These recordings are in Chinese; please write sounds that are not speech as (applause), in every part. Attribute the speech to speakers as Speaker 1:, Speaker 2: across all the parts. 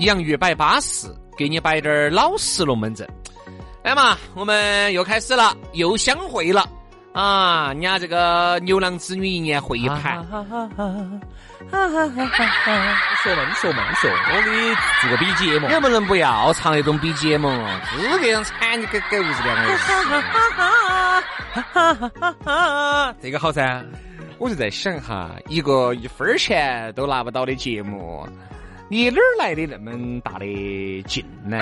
Speaker 1: 洋芋摆巴适，给你摆点儿老实龙门阵。来嘛，我们又开始了，又相会了啊！人家这个牛郎织女一年会一盘，
Speaker 2: 说嘛，你说嘛，你说，我给你做个 BGM。
Speaker 1: 能不能不要唱那种 BGM 哦？这个样惨，你给狗日的！
Speaker 2: 这个好噻，
Speaker 1: 我就在想哈，一个一分儿钱都拿不到的节目，你哪儿来的那么大的劲呢？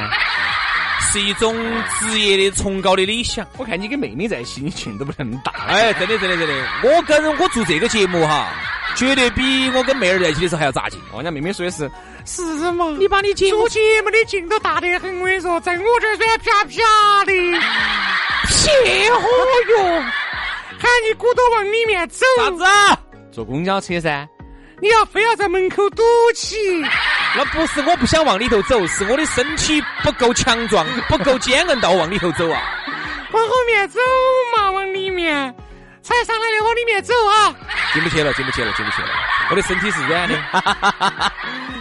Speaker 2: 是一种职业的崇高的理想。
Speaker 1: 我看你跟妹妹在一起，你劲都不那么大。
Speaker 2: 哎，真的，真的，真的，我跟我做这个节目哈，绝对比我跟妹儿在一起的时候还要扎劲。
Speaker 1: 我人家妹妹说的是，是嘛？
Speaker 3: 你把你节目节目的劲都打得很，我跟你说，在我这儿软啪啪的，邪火哟！喊你鼓捣往里面走，
Speaker 2: 啥子？
Speaker 1: 啊坐公交车噻。
Speaker 3: 你要非要在门口堵起，
Speaker 2: 那不是我不想往里头走，是我的身体不够强壮，不够坚韧到往里头走啊！
Speaker 3: 往后面走嘛，往里面，踩上来的往里面走啊！
Speaker 2: 进不去了，进不去了，进不去了！我的身体是软的。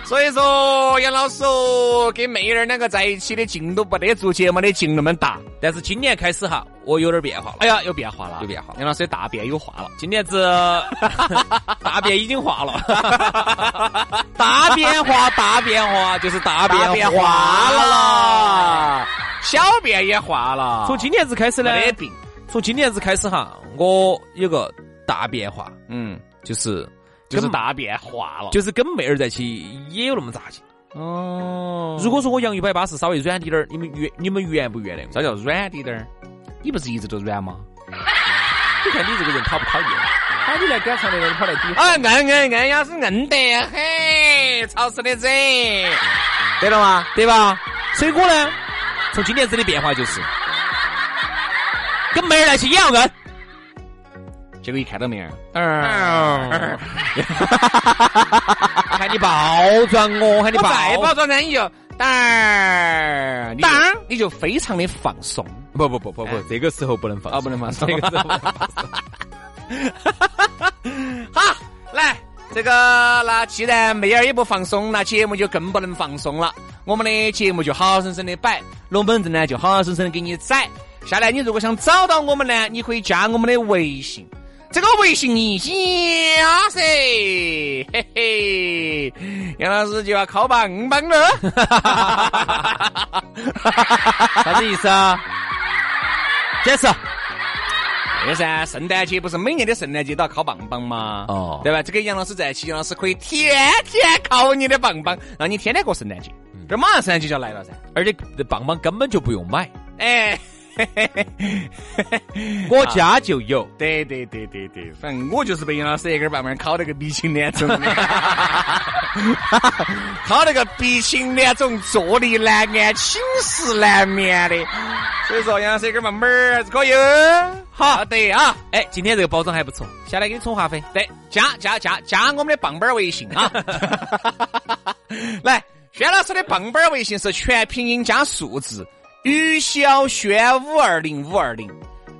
Speaker 1: 所以说，杨老师哦，跟妹儿两个在一起的劲都不得做节目的劲那么大。
Speaker 2: 但是今年开始哈，我有点变化了。
Speaker 1: 哎呀，有变化了，
Speaker 2: 有变化了
Speaker 1: 杨老师大变有化了，
Speaker 2: 今年 (laughs) 子大便已经化了，大变化，大变化就是大变化了。
Speaker 1: 了，小变也化了，
Speaker 2: 从今年子开始呢，
Speaker 1: 没得病。
Speaker 2: 从今年子开始哈，我有个大变化，
Speaker 1: 嗯，
Speaker 2: 就是
Speaker 1: 就是
Speaker 2: 跟
Speaker 1: 大变化了。
Speaker 2: 就是跟妹儿在一起也有那么扎劲。
Speaker 1: 哦
Speaker 2: 如果说我洋芋摆巴适，稍微软滴点儿，你们原你们原不原谅我？
Speaker 1: 啥叫软滴点儿？你不是一直都软吗？
Speaker 2: 就看你这个人讨不讨厌。
Speaker 1: 啊，你来干啥来？你跑来抵？啊，硬硬硬要是硬得很，潮湿的整，对了吗？
Speaker 2: 对吧？所以我呢，从今年子的变化就是，跟妹儿在一起也要硬，
Speaker 1: 结果一看到没有，
Speaker 2: 喊你包装我，喊你
Speaker 1: 我
Speaker 2: 包
Speaker 1: 再包装呢，你就当儿当儿，你就非常的放松。
Speaker 2: 不不不不不，这个时候不能放
Speaker 1: 哎啊不能放松
Speaker 2: (laughs) 这个时候不能放松
Speaker 1: (laughs) 好，来这个，那既然妹儿也不放松，那节目就更不能放松了。我们的节目就好好生生的摆，龙门阵呢就好好生生的给你宰。下来，你如果想找到我们呢，你可以加我们的微信。这个微信一加噻，嘿嘿，杨老师就要敲棒棒了。
Speaker 2: 啥子意思啊？解释。
Speaker 1: 对噻，圣诞节不是每年的圣诞节都要烤棒棒吗？
Speaker 2: 哦
Speaker 1: 对吧？这跟杨老师在一起，杨老师可以天天烤你的棒棒，让你天天过圣诞节。这马上圣诞节就要来了噻，
Speaker 2: 而且这棒棒根本就不用买，
Speaker 1: 哎。嘿嘿嘿嘿嘿
Speaker 2: 我家就有。
Speaker 1: 对对对对对，反正我就是被杨老师一根棒棒烤了个鼻青脸肿的，烤了个鼻青脸肿，坐立难安，寝食难眠的。所以说，杨老师一根棒棒儿还是可以哦。好的啊。
Speaker 2: 哎，今天这个包装还不错，下来给你充话费。
Speaker 1: 对，加加加加我们的棒棒儿微信啊！来，轩老师的棒棒儿微信是全拼音加数字，于小轩五二零五二零，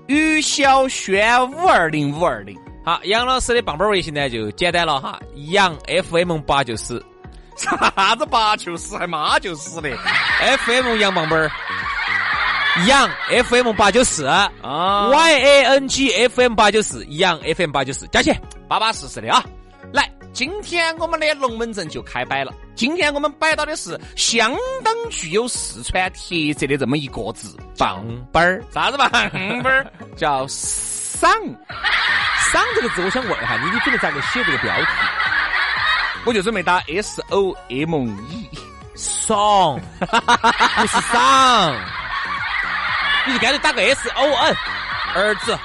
Speaker 1: 于小轩五二零五二零，
Speaker 2: 好，杨老师的棒棒微信呢就简单了哈，杨 FM 八九四
Speaker 1: 啥子八九十还妈九十的
Speaker 2: FM 杨棒棒儿，杨 FM 八九四
Speaker 1: 啊
Speaker 2: Y A N G F M 八九四，杨 FM 八九四，加起。
Speaker 1: 巴巴适适的啊！来，今天我们的龙门阵就开摆了。今天我们摆到的是相当具有四川特色的这么一个字，棒板儿。啥子棒板儿？叫赏。
Speaker 2: 赏这个字，我想问一下，你你准备咋个写这个标题？
Speaker 1: 我就准备打 S O M E。
Speaker 2: 爽，不是赏，你就干脆打个 S O N，儿子，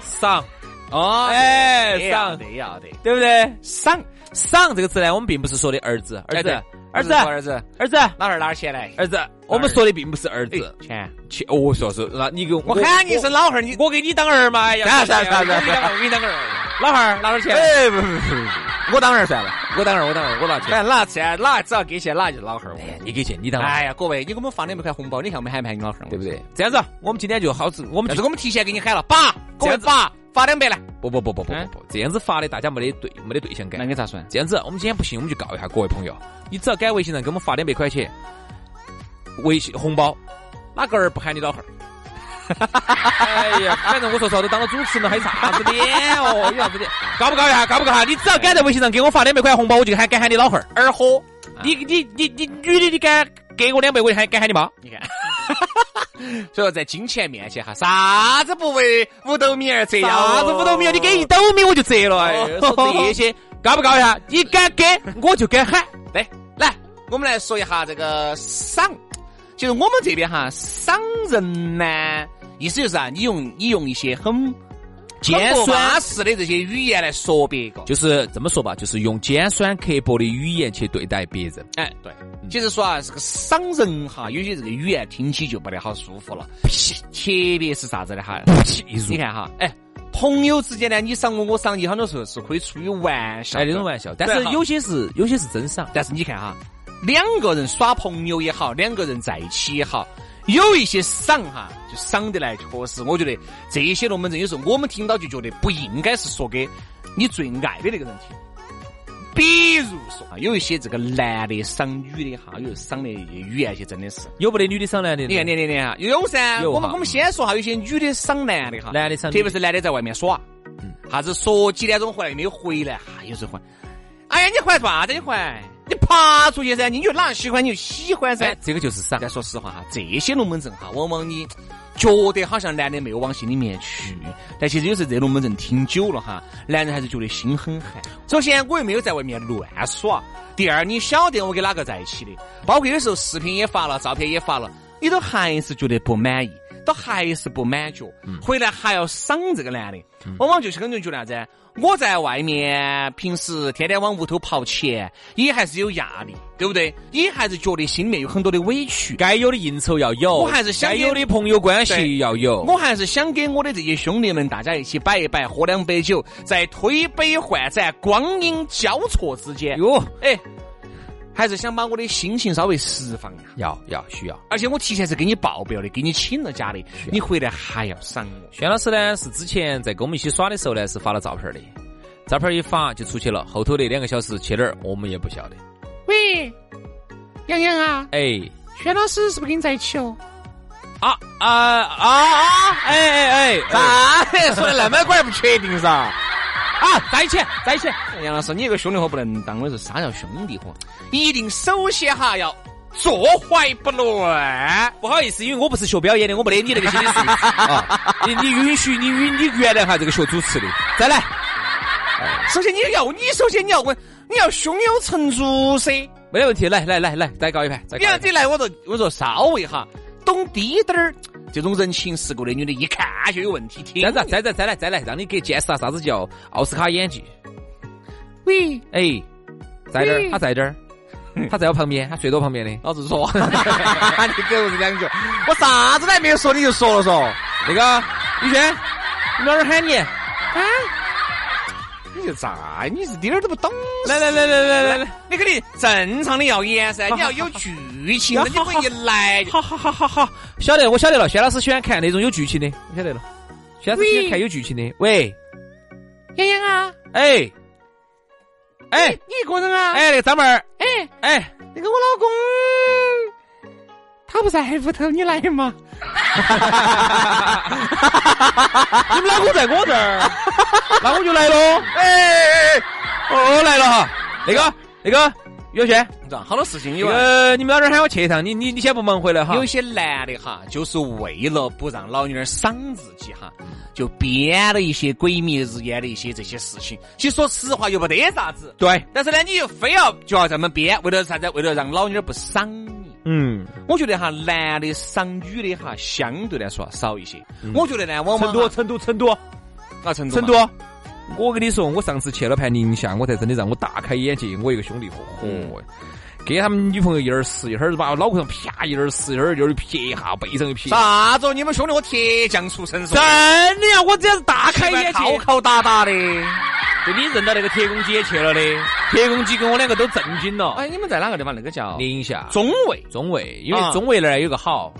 Speaker 2: 赏。
Speaker 1: 哦，
Speaker 2: 哎
Speaker 1: 也要
Speaker 2: 赏
Speaker 1: 得，也要得。
Speaker 2: 对不对？
Speaker 1: 赏，
Speaker 2: 赏这个词呢，我们并不是说的儿子，儿
Speaker 1: 哎
Speaker 2: 子
Speaker 1: 对，
Speaker 2: 儿子，
Speaker 1: 儿子，
Speaker 2: 儿子，
Speaker 1: 老汉儿拿点钱来。
Speaker 2: 儿子，我们说的并不是儿子。
Speaker 1: 钱，
Speaker 2: 去，哦我说是，那你给我，
Speaker 1: 我喊你一声老汉儿，你
Speaker 2: 我，我给你当儿嘛？哎呀，
Speaker 1: 啥啥啥啥
Speaker 2: 我给你当儿
Speaker 1: 啥，你当个儿，
Speaker 2: 老汉儿拿点钱来。
Speaker 1: 哎不不不，我当儿算了，
Speaker 2: 我当儿，我当儿，我拿
Speaker 1: 反
Speaker 2: 钱。
Speaker 1: 正哪钱哪只要给钱哪就是老汉儿。
Speaker 2: 你给钱，你当儿，
Speaker 1: 哎呀，各位，你给我们发两百块红包，你看我们喊不喊你老汉儿？
Speaker 2: 对不？对？这样子，我们今天就好自，我们
Speaker 1: 但
Speaker 2: 就是
Speaker 1: 我们提前给你喊了，爸，
Speaker 2: 这
Speaker 1: 各位
Speaker 2: 样子
Speaker 1: 爸，发两百来。
Speaker 2: 不不不不不
Speaker 1: 嗯
Speaker 2: 不不，这样子发的大家没得对没得对象感。
Speaker 1: 你咋算？
Speaker 2: 这样子，我们今天不行，我们就告一下各位朋友，你只要改微信上给我们发两百块钱，微信红包，哪个儿不喊你老汉儿？哎呀，反正我说实话，都当了主持人了，还有啥子脸 (laughs) 哦？有啥子脸？高不高呀？高不高哈？你只要敢在微信上给我发两百块红包，我就喊敢喊啊你老 (laughs) 汉儿。
Speaker 1: 二货，
Speaker 2: 你你你你女的，你敢给我两百，我就喊敢喊你妈。
Speaker 1: 你看。 (laughs) 所以说在金钱面前哈，啥子不为五斗米而折腰哦，
Speaker 2: 啥子五斗米？你给一斗米我就折了。哎，说这些 (laughs) 高不高呀？你敢
Speaker 1: (laughs)
Speaker 2: 给我就敢喊。
Speaker 1: 来来，我们来说一下这个赏。其实我们这边哈，赏人呢，意思就是啊，你用你用一些很啊
Speaker 2: 尖
Speaker 1: 很不
Speaker 2: 酸
Speaker 1: 巴适的这些语言来说别个。
Speaker 2: 就是这么说吧，就是用尖酸刻薄的语言去对待别人。
Speaker 1: 哎，对，其实说啊，这个赏人哈，有些这个语言听起就不得好舒服了，特别是啥子的哈，你看哈，哎，朋友之间呢，你赏我，我赏你，很多时候是可以出于玩笑
Speaker 2: 哎，
Speaker 1: 的，
Speaker 2: 那种玩笑，但
Speaker 1: 对啊
Speaker 2: 是
Speaker 1: 哈
Speaker 2: 有些是有些是真赏。
Speaker 1: 但是你看哈，两个人耍朋友也好，两个人在一起也好，有一些赏哈，就赏得来，确实，我觉得这些龙门阵有时候我们听到就觉得不应该是说给你最爱的那个人听。比如说，啊，有一些这个男的赏女的哈，有时候赏的语言些真的是，
Speaker 2: 有不得女的赏男的？
Speaker 1: 你看，你看，你看哈，有噻。
Speaker 2: 有哈
Speaker 1: 我们我们先说哈，有些女的赏男的哈，
Speaker 2: 男的赏嗯女
Speaker 1: 特
Speaker 2: 的
Speaker 1: 别是男的在外面耍，啥子说几点钟回来没有回来，哈，有时候回来，哎呀，你回来做啥子？你回来，你爬出去噻，你就哪样喜欢你就喜欢噻
Speaker 2: 哎，。这个就是赏。
Speaker 1: 但说实话哈，这些龙门阵哈，往往你觉得好像男的没有往心里面去，但其实有时候这龙门阵听久了哈，男人还是觉得心很寒。首先，我又没有在外面乱耍；第二，你晓得我跟哪个在一起的，包括有时候视频也发了，照片也发了，你都还是觉得不满意，都还是不满足，
Speaker 2: 嗯
Speaker 1: 回来还要赏这个男的，往往就是很多人觉得啥子？我在外面平时天天往屋头刨钱，也还是有压力，对不对？也还是觉得心里面有很多的委屈。
Speaker 2: 该有的应酬要有，
Speaker 1: 我还是想
Speaker 2: 该
Speaker 1: 给
Speaker 2: 有的朋友关系
Speaker 1: 对
Speaker 2: 要有。
Speaker 1: 我还是想给我的这些兄弟们，大家一起摆一摆，喝两杯酒，在推杯换盏、光阴交错之间，
Speaker 2: 哟，
Speaker 1: 哎，还是想把我的心情稍微释放一下。
Speaker 2: 要要需要。
Speaker 1: 而且我提前是给你报表的，给你请了假的，你回来还要赏我。
Speaker 2: 啊轩老师呢是之前在跟我们一起耍的时候呢是发了照片的，照片一发就出去了，后头的两个小时去哪儿我们也不晓得。
Speaker 3: 喂，洋洋啊，
Speaker 2: 哎
Speaker 3: 轩老师是不是跟你在一起哦？
Speaker 2: 啊啊啊啊！哎哎哎，哎
Speaker 1: 咋说的那么怪不确定噻？
Speaker 2: 啊，在一起在一起。
Speaker 1: 杨老师，哎你一个兄弟伙不能当，我跟你说啥叫兄弟伙？一定首先哈要坐怀不乱。
Speaker 2: 不好意思，因为我不是学表演的，我没得你那个心理素质啊。你你允许你允你原谅哈这个学主持的，再来。
Speaker 1: 首先你要，你首先你要问，你要胸有成竹噻。
Speaker 2: 没得问题，来来来来，再搞一盘，再
Speaker 1: 你
Speaker 2: 搞
Speaker 1: 要
Speaker 2: 一盘。
Speaker 1: 你来，我说我说稍微哈，懂滴点儿这种人情世故的女的，一看就有问题。
Speaker 2: 这
Speaker 1: 听
Speaker 2: 样子啊，再再再来再来，让你给见识下啥子叫奥斯卡演技。
Speaker 3: 喂，
Speaker 2: 哎，在这儿，
Speaker 3: 嗯
Speaker 2: 他在这儿，他在我旁边，他睡到我旁边的。
Speaker 1: 老子说，
Speaker 2: (laughs)
Speaker 1: 啊 (laughs) 你给我这两句，我啥子都还没有说，你就说了说。
Speaker 2: 那个宇轩，你老儿喊你，
Speaker 1: 你这咋？你是滴点儿都不懂。
Speaker 2: 来来来来来来来，
Speaker 1: 你肯定正常的要演噻，你要有剧情的，你不会一来就。
Speaker 2: 好好好好好，晓得我晓得了，轩老师喜欢看那种有剧情的，我晓得了。轩老师喜欢看有剧情的。喂，
Speaker 3: 洋洋啊，
Speaker 2: 哎，哎
Speaker 3: 你一个人啊？
Speaker 2: 哎，那个张妹儿，
Speaker 3: 哎，
Speaker 2: 哎。
Speaker 3: 那个我老公他不在屋头，你来嘛？
Speaker 1: (laughs)
Speaker 2: 你们老公在我这儿，那我就来喽。
Speaker 1: 哎哎哎，
Speaker 2: 哦来了哈，那个那个袁轩，
Speaker 1: 这样好多事情
Speaker 2: 那
Speaker 1: 有啊。
Speaker 2: 个你们老娘喊我去一趟，你你你先不忙回来哈。
Speaker 1: 有些男的哈，就是为了不让老女儿伤自己哈，就编了一些鬼迷日眼的一些这些事情。其实说实话又没得啥子，
Speaker 2: 对，
Speaker 1: 但是呢，你又非要就要这么编，为了啥子？为了让老女儿不伤你。
Speaker 2: 嗯，
Speaker 1: 我觉得哈，男的伤女的哈，相对来说少一些。我觉得呢，往
Speaker 2: 成
Speaker 1: 往
Speaker 2: 都
Speaker 1: 哈
Speaker 2: 成都成都
Speaker 1: 啊，成都嘛
Speaker 2: 成都，我跟你说，我上次去了盘宁夏，我才真的让我大开眼界。我一个兄弟，嚯
Speaker 1: 嗯
Speaker 2: 嚯，给他们女朋友一耳屎，一会儿把我脑壳上啪一耳屎，一会儿又撇一下，背上一撇。
Speaker 1: 啥子哦？你们兄弟我铁匠出身，是
Speaker 2: 真
Speaker 1: 吧
Speaker 2: 的呀，我这样大开眼界，
Speaker 1: 敲敲打打的。
Speaker 2: 就你认到那个铁公鸡也去了的，铁公鸡跟我两个都震惊了。
Speaker 1: 哎，你们在哪个地方？那个叫
Speaker 2: 宁夏
Speaker 1: 中卫，
Speaker 2: 中卫，因为
Speaker 1: 啊
Speaker 2: 中卫那儿有个好，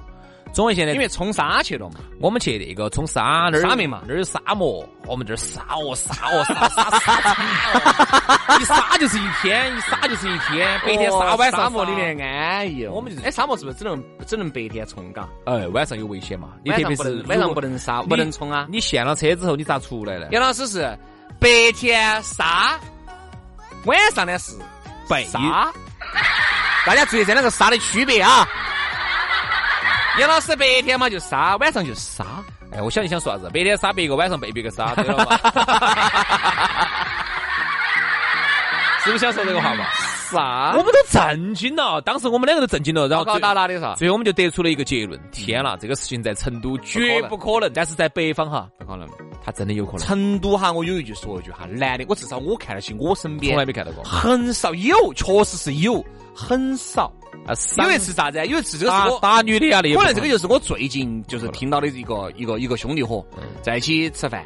Speaker 2: 中卫现在
Speaker 1: 因为冲沙去了嘛。
Speaker 2: 我们去那个冲沙那儿有
Speaker 1: 沙面嘛
Speaker 2: 那儿有沙漠，我们这儿沙哦沙哦沙沙沙沙，一沙就是一天，一沙就是一天，白天沙晚上
Speaker 1: 沙
Speaker 2: 沙
Speaker 1: 漠里面安逸哦。
Speaker 2: 我们就是
Speaker 1: 哎，沙漠是不是只能只能白天冲嘎？
Speaker 2: 哎晚上有危险嘛，你特
Speaker 1: 晚上
Speaker 2: 别
Speaker 1: 不
Speaker 2: 是
Speaker 1: 能晚上
Speaker 2: 如
Speaker 1: 不
Speaker 2: 果
Speaker 1: 能沙，
Speaker 2: 你
Speaker 1: 不能冲啊。
Speaker 2: 你陷了车之后你咋出来呢？
Speaker 1: 杨老师是白天沙，晚上呢是
Speaker 2: 背
Speaker 1: 沙。大家注意这两个沙的区别啊！杨老师白天嘛就沙，晚上就沙。
Speaker 2: 哎，我想你想说啥子？白天杀别个，晚上被别个杀，对了 (laughs) 吧？是不是想说这个话嘛？
Speaker 1: 啥
Speaker 2: 我们都震惊了，当时我们两个都震惊了，然后
Speaker 1: 高
Speaker 2: 最
Speaker 1: 高大大的啥？嗯
Speaker 2: 最后我们就得出了一个结论：天啦，这个事情在成都绝不可能，但是在北方哈，
Speaker 1: 不可能。
Speaker 2: 它真的有可能，
Speaker 1: 成都哈，我有一句说一句哈，男的我至少我看得起，我身边
Speaker 2: 从来没看到过。
Speaker 1: 很少有，确实是有，很少。
Speaker 2: 啊，
Speaker 1: 有一次啥子啊？有一次这个是
Speaker 2: 打
Speaker 1: 我，
Speaker 2: 打女的呀，那
Speaker 1: 可能这个就是我最近就是听到的一个一个一个兄弟伙
Speaker 2: 嗯
Speaker 1: 在一起吃饭，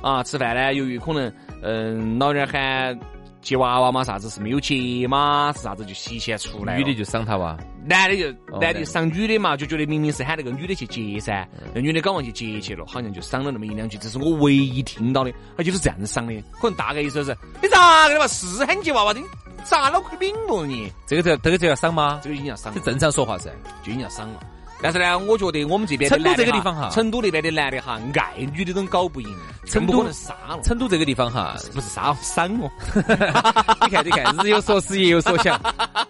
Speaker 1: 啊，吃饭呢，由于可能嗯老娘喊接娃娃嘛，啥子是没有接嘛，是啥子就提前出来了，
Speaker 2: 女的就赏他哇，
Speaker 1: 男的就
Speaker 2: 哦
Speaker 1: 男的就赏女的嘛，就觉得明明是喊那个女的去接噻，
Speaker 2: 嗯
Speaker 1: 那女的刚忘去接去了，好像就赏了那么一两句，这是我唯一听到的，他就是这样子赏的，可能大概意思就是你咋个的嘛，是喊接娃娃的，你咋脑壳拧了你？
Speaker 2: 这个这这个就要赏吗？
Speaker 1: 这个已经要赏
Speaker 2: 这
Speaker 1: 了，
Speaker 2: 正常说话噻。
Speaker 1: 就已经要赏了。但是呢，我觉得我们这边的
Speaker 2: 成都
Speaker 1: 男的
Speaker 2: 这个地方哈
Speaker 1: 成都那边的男的哈，爱女的都搞不赢，
Speaker 2: 成
Speaker 1: 更
Speaker 2: 都
Speaker 1: 不可能杀了，
Speaker 2: 成都这个地方哈，
Speaker 1: 不是杀赏哦，
Speaker 2: (laughs) 你看你看，日有所思夜有所 (laughs) 想，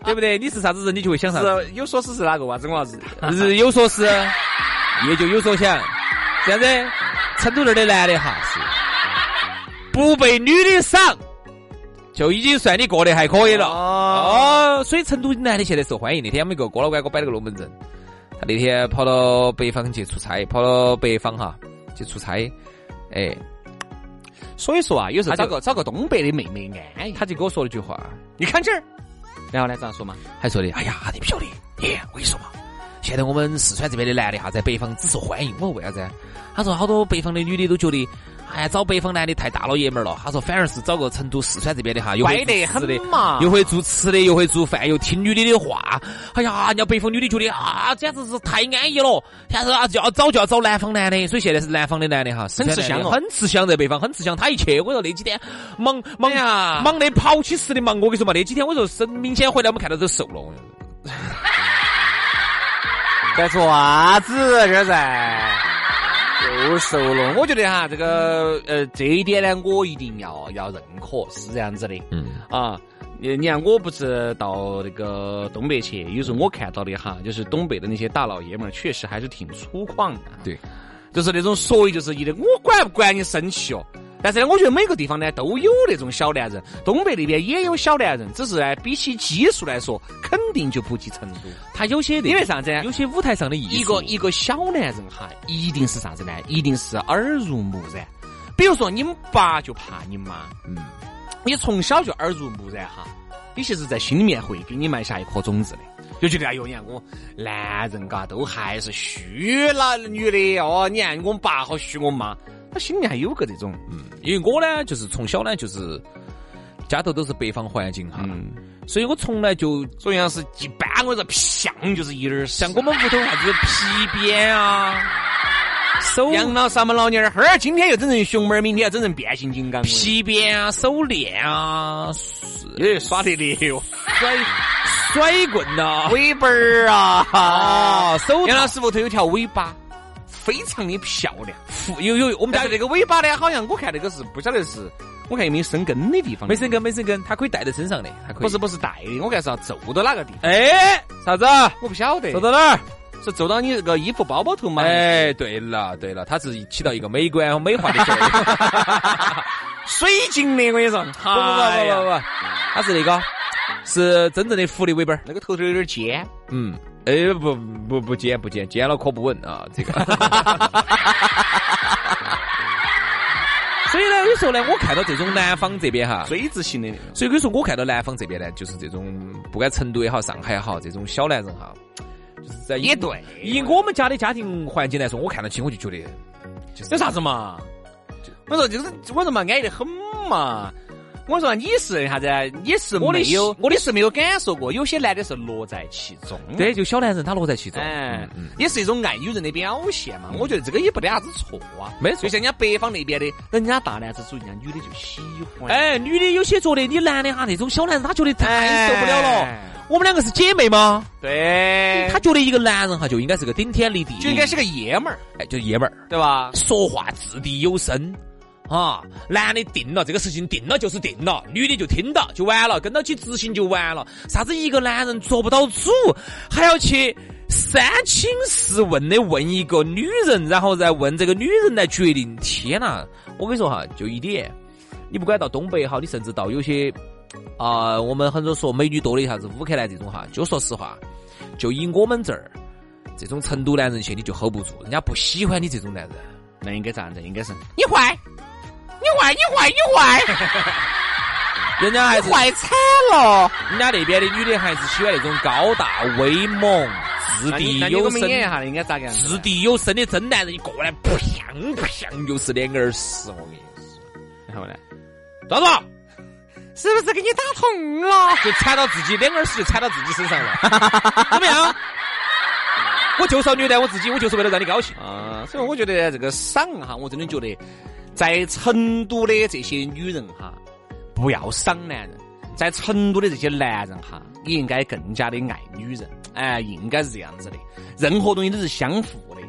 Speaker 2: 对不对？ (laughs) 你是啥子人，你就会想啥子。
Speaker 1: 是有说是是哪个娃子我娃子？
Speaker 2: (laughs) 日有所思，夜就有所想。这样子，成都那儿的男的哈是不被女的赏，就已经算你过得还可以了。哦，所以成都男的现在受欢迎。那天我们一个哥老倌给我摆了个龙门阵，他那天跑到北方去出差，跑到北方哈去出差，哎，
Speaker 1: 所以说啊，有时候
Speaker 2: 他
Speaker 1: 找
Speaker 2: 就
Speaker 1: 个找个东北的妹妹安逸，
Speaker 2: 他就跟我说了一句话，
Speaker 1: 你看这儿，然后呢，这样说嘛？
Speaker 2: 还说的，哎呀，你不晓得，耶，我跟你说嘛，现在我们四川这边的男的哈，在北方只受欢迎，我说为啥子？他说好多北方的女的都觉得，哎呀，找北方男的太大老爷们儿了。他说反而是找个成都四川这边的哈，又会
Speaker 1: 乖
Speaker 2: 做吃
Speaker 1: 得很
Speaker 2: 的，
Speaker 1: 嘛。
Speaker 2: 又会做吃的，又会做饭，又听女的的话。哎呀，人家北方女的觉得啊，简直是太安逸了。但是啊，就要找就要找南方男的，所以现在是南方的男的哈，四川
Speaker 1: 很吃香
Speaker 2: 男的
Speaker 1: 哦
Speaker 2: 很吃香，在北方很吃香。他一去，我说那几天忙忙
Speaker 1: 哎呀
Speaker 2: 忙得跑起似的忙。我跟你说嘛，那几天我说是明显回来我们看到都瘦了。
Speaker 1: 在做啥子？这在又瘦了。我觉得哈，这个呃，这一点呢，我一定要要认可，是这样子的。
Speaker 2: 嗯，
Speaker 1: 啊，你你看，我不是到那个东北去，有时候我看到的哈，就是东北的那些大老爷们儿，确实还是挺粗犷的。
Speaker 2: 对，
Speaker 1: 就是那种说一就是一的，我管不管你生气哦。但是呢，我觉得每个地方呢都有那种小男人，东北那边也有小男人，只是呢，比起基数来说，肯定就不及成都。
Speaker 2: 他有些那个
Speaker 1: 因为啥子呢？
Speaker 2: 有些舞台上的艺术，
Speaker 1: 一个一个小男人哈，一定是啥子呢？一定是耳濡目染。比如说，你们爸就怕你妈，
Speaker 2: 嗯，
Speaker 1: 你从小就耳濡目染哈，你其实在心里面会给你埋下一颗种子的。就觉得哎呦，你看我男人嘎都还是虚了女的哦，你看我们爸好虚，我妈，他心里还有个这种，
Speaker 2: 因为我呢，就是从小呢，就是家头都是北方环境哈，
Speaker 1: 嗯，
Speaker 2: 所以我从来就
Speaker 1: 所以像是一般我这像就是一点儿嗯像
Speaker 2: 像我们屋头啥子皮鞭
Speaker 1: (laughs)
Speaker 2: 啊、手
Speaker 1: 养老三们老娘儿，哈儿今天又整成熊猫儿，明天又整成变形金刚，
Speaker 2: 皮鞭啊、手链啊、
Speaker 1: 也耍得溜，
Speaker 2: 甩甩棍呐、
Speaker 1: 尾巴儿啊，
Speaker 2: 啊，手
Speaker 1: 杨老师屋头有条尾巴，非常的漂亮。
Speaker 2: 有有有，我们家
Speaker 1: 但是这个尾巴呢，好像我看那个是不晓得是，我看有没有生根的地方。
Speaker 4: 没生根，没生根，它可以带在身上的，它可以。
Speaker 1: 不是，不是带的，我看是要皱到哪个地方，
Speaker 4: 哎，啥子？
Speaker 1: 我不晓得
Speaker 4: 走。到哪儿？
Speaker 1: 是皱到你这个衣服包包头吗？
Speaker 4: 哎，对了对了，它是起到一个美观和美化的作用。不
Speaker 1: 水晶的，我跟你说，不不
Speaker 4: 不不不不，它是那个，是真正的福利尾巴儿。
Speaker 1: 那个头头有点尖，
Speaker 4: 嗯，哎，不不不尖不尖，尖了可不稳啊，这个。所以呢，有时候呢，我看到这种南方这边哈，
Speaker 1: 锥子型的那种。
Speaker 4: 所以有时候我看到南方这边呢，就是这种不管成都也好，上海也好，这种小男人哈，就是在以
Speaker 1: 也对
Speaker 4: 以我们家的家庭环境来说，我看到起我就觉得，就是
Speaker 1: 有啥子嘛？我说就是我说嘛，安逸得很嘛。我说你是啥子啊？你是
Speaker 4: 我的
Speaker 1: 没有
Speaker 4: 是，
Speaker 1: 我的是没有感受过。有些男的是乐在其中，
Speaker 4: 对，就小男人他乐在其中。
Speaker 1: 哎
Speaker 4: 嗯，嗯，
Speaker 1: 也是一种爱女人的表现嘛。我觉得这个也不得啥子错啊。
Speaker 4: 没错
Speaker 1: 就像人家北方那边的，人家大男子主义，人家女的就喜欢。
Speaker 4: 哎，女的有些觉得你男的哈那种小男人，他觉得太
Speaker 1: 哎
Speaker 4: 受不了了。我们两个是姐妹吗？
Speaker 1: 对，
Speaker 4: 他觉得一个男人哈哎就应该是个顶天立地，
Speaker 1: 就应该是个爷们儿，
Speaker 4: 哎，就爷们儿，
Speaker 1: 对吧？
Speaker 4: 说话掷地有声。啊，男的定了这个事情，定了就是定了，女的就听到就完了，跟到去执行就完了。啥子一个男人做不到主，还要去三请四问的问一个女人，然后再问这个女人来决定。天呐，我跟你说哈，就一点，你不管到东北也好，你甚至到有些啊、我们很多说美女多的啥子乌克兰这种哈，就说实话，就以我们这儿这种成都男人去，你就 hold 不住，人家不喜欢你这种男人。
Speaker 1: 那应该咋？那应该是你坏，你坏，你坏，你坏，
Speaker 4: (laughs) 人家还是
Speaker 1: 坏惨了。
Speaker 4: 人家那边的女的还是喜欢那种高大威猛、掷
Speaker 1: 那
Speaker 4: 地
Speaker 1: 你那你给我
Speaker 4: 有
Speaker 1: 们演一
Speaker 4: 声、
Speaker 1: 下，应该咋个样子？
Speaker 4: 掷地有声的真男人，一过来砰砰就是两个耳屎，我跟你说，
Speaker 1: 然后呢？
Speaker 4: 抓住
Speaker 5: 是不是给你打痛了？
Speaker 4: 就踩到自己两个耳屎就踩到自己身
Speaker 1: (laughs)
Speaker 4: 上了，怎么样？我就是要虐待我自己，我就是为了让你高兴。
Speaker 1: 啊，所以我觉得这个赏哈，我真的觉得，在成都的这些女人哈，不要赏男人；在成都的这些男人哈，你应该更加的爱女人。哎，应该是这样子的，任何东西都是相互的。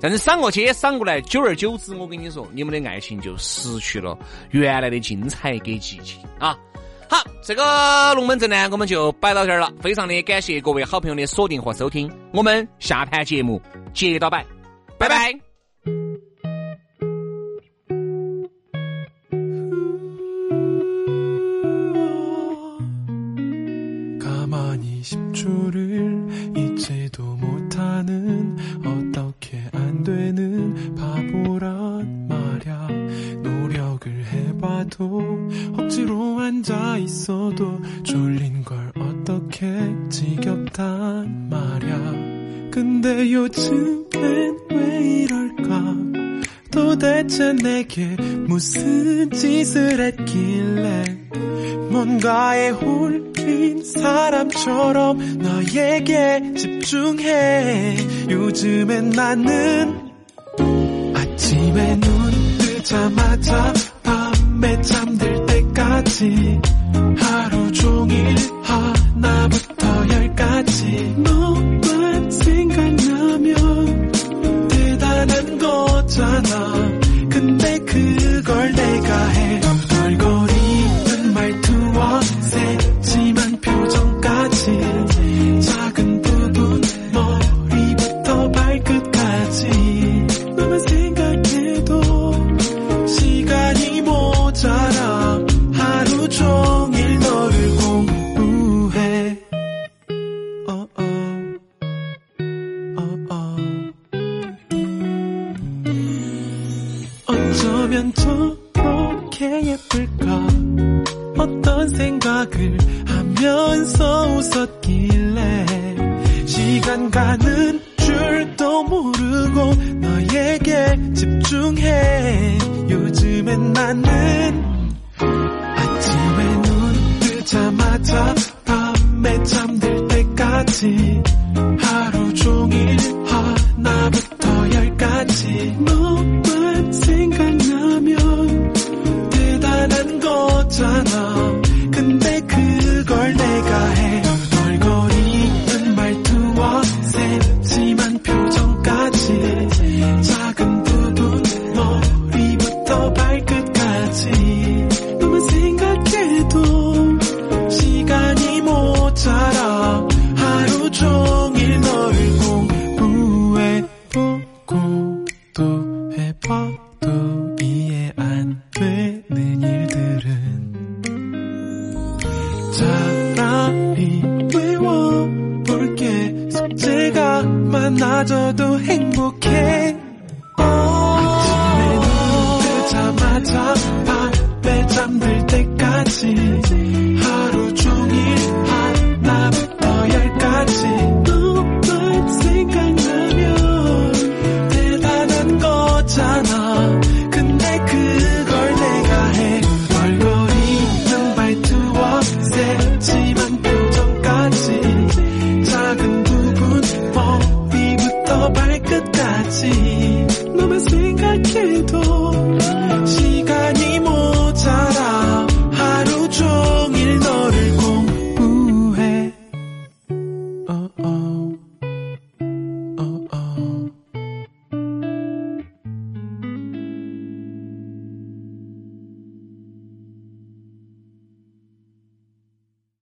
Speaker 1: 但是赏过去也赏过来，久而久之，我跟你说，你们的爱情就失去了原来的精彩跟激情啊！好，这个龙门阵呢，我们就摆到这儿了。非常的感谢各位好朋友的锁定和收听，我们下盘节目接到摆，拜拜
Speaker 6: 가만히 10초를 잊지도 못하는 어떻게 안 되는 바보란 말야 노력을 해봐도 억지로 앉아 있어도 졸린 걸 어떻게 지겹단 말야 근데 요즘엔 왜 이럴까 도대체 내게 무슨 짓을 했길래 뭔가에 홀린 사람처럼 너에게 집중해 요즘엔 나는 아침에 눈 뜨자마자 밤에 잠들 때까지 하루 종일 하나부터 열까지 너만 생각나면 대단한 거잖아 근데 그걸 내가 해 널거리는 말투와 새침한 표정까지 작은 부분 머리부터 발끝까지 너만 생각해도 시간이 모자라 하루 종일 너를 공부해 어어 어어 어쩌면 저렇게 예쁠까 어떤 생각을 하면서 웃었길래 시간 가는 줄도 모르고 너에게 집중해 요즘엔 나는 아침에 눈 뜨자마자 밤에 잠들 때까지 하루 종일 하나부터 열까지 너만 생각나면 대단한 거잖아 근데 그걸 내가 해 널거리는 말투와 새침한 표정까지 작은 부분 머리부터 발끝까지 너만 차라리 외워볼게 숙제가 많아져도 행복해 아침에 눈 뜨자마자 밤에 잠들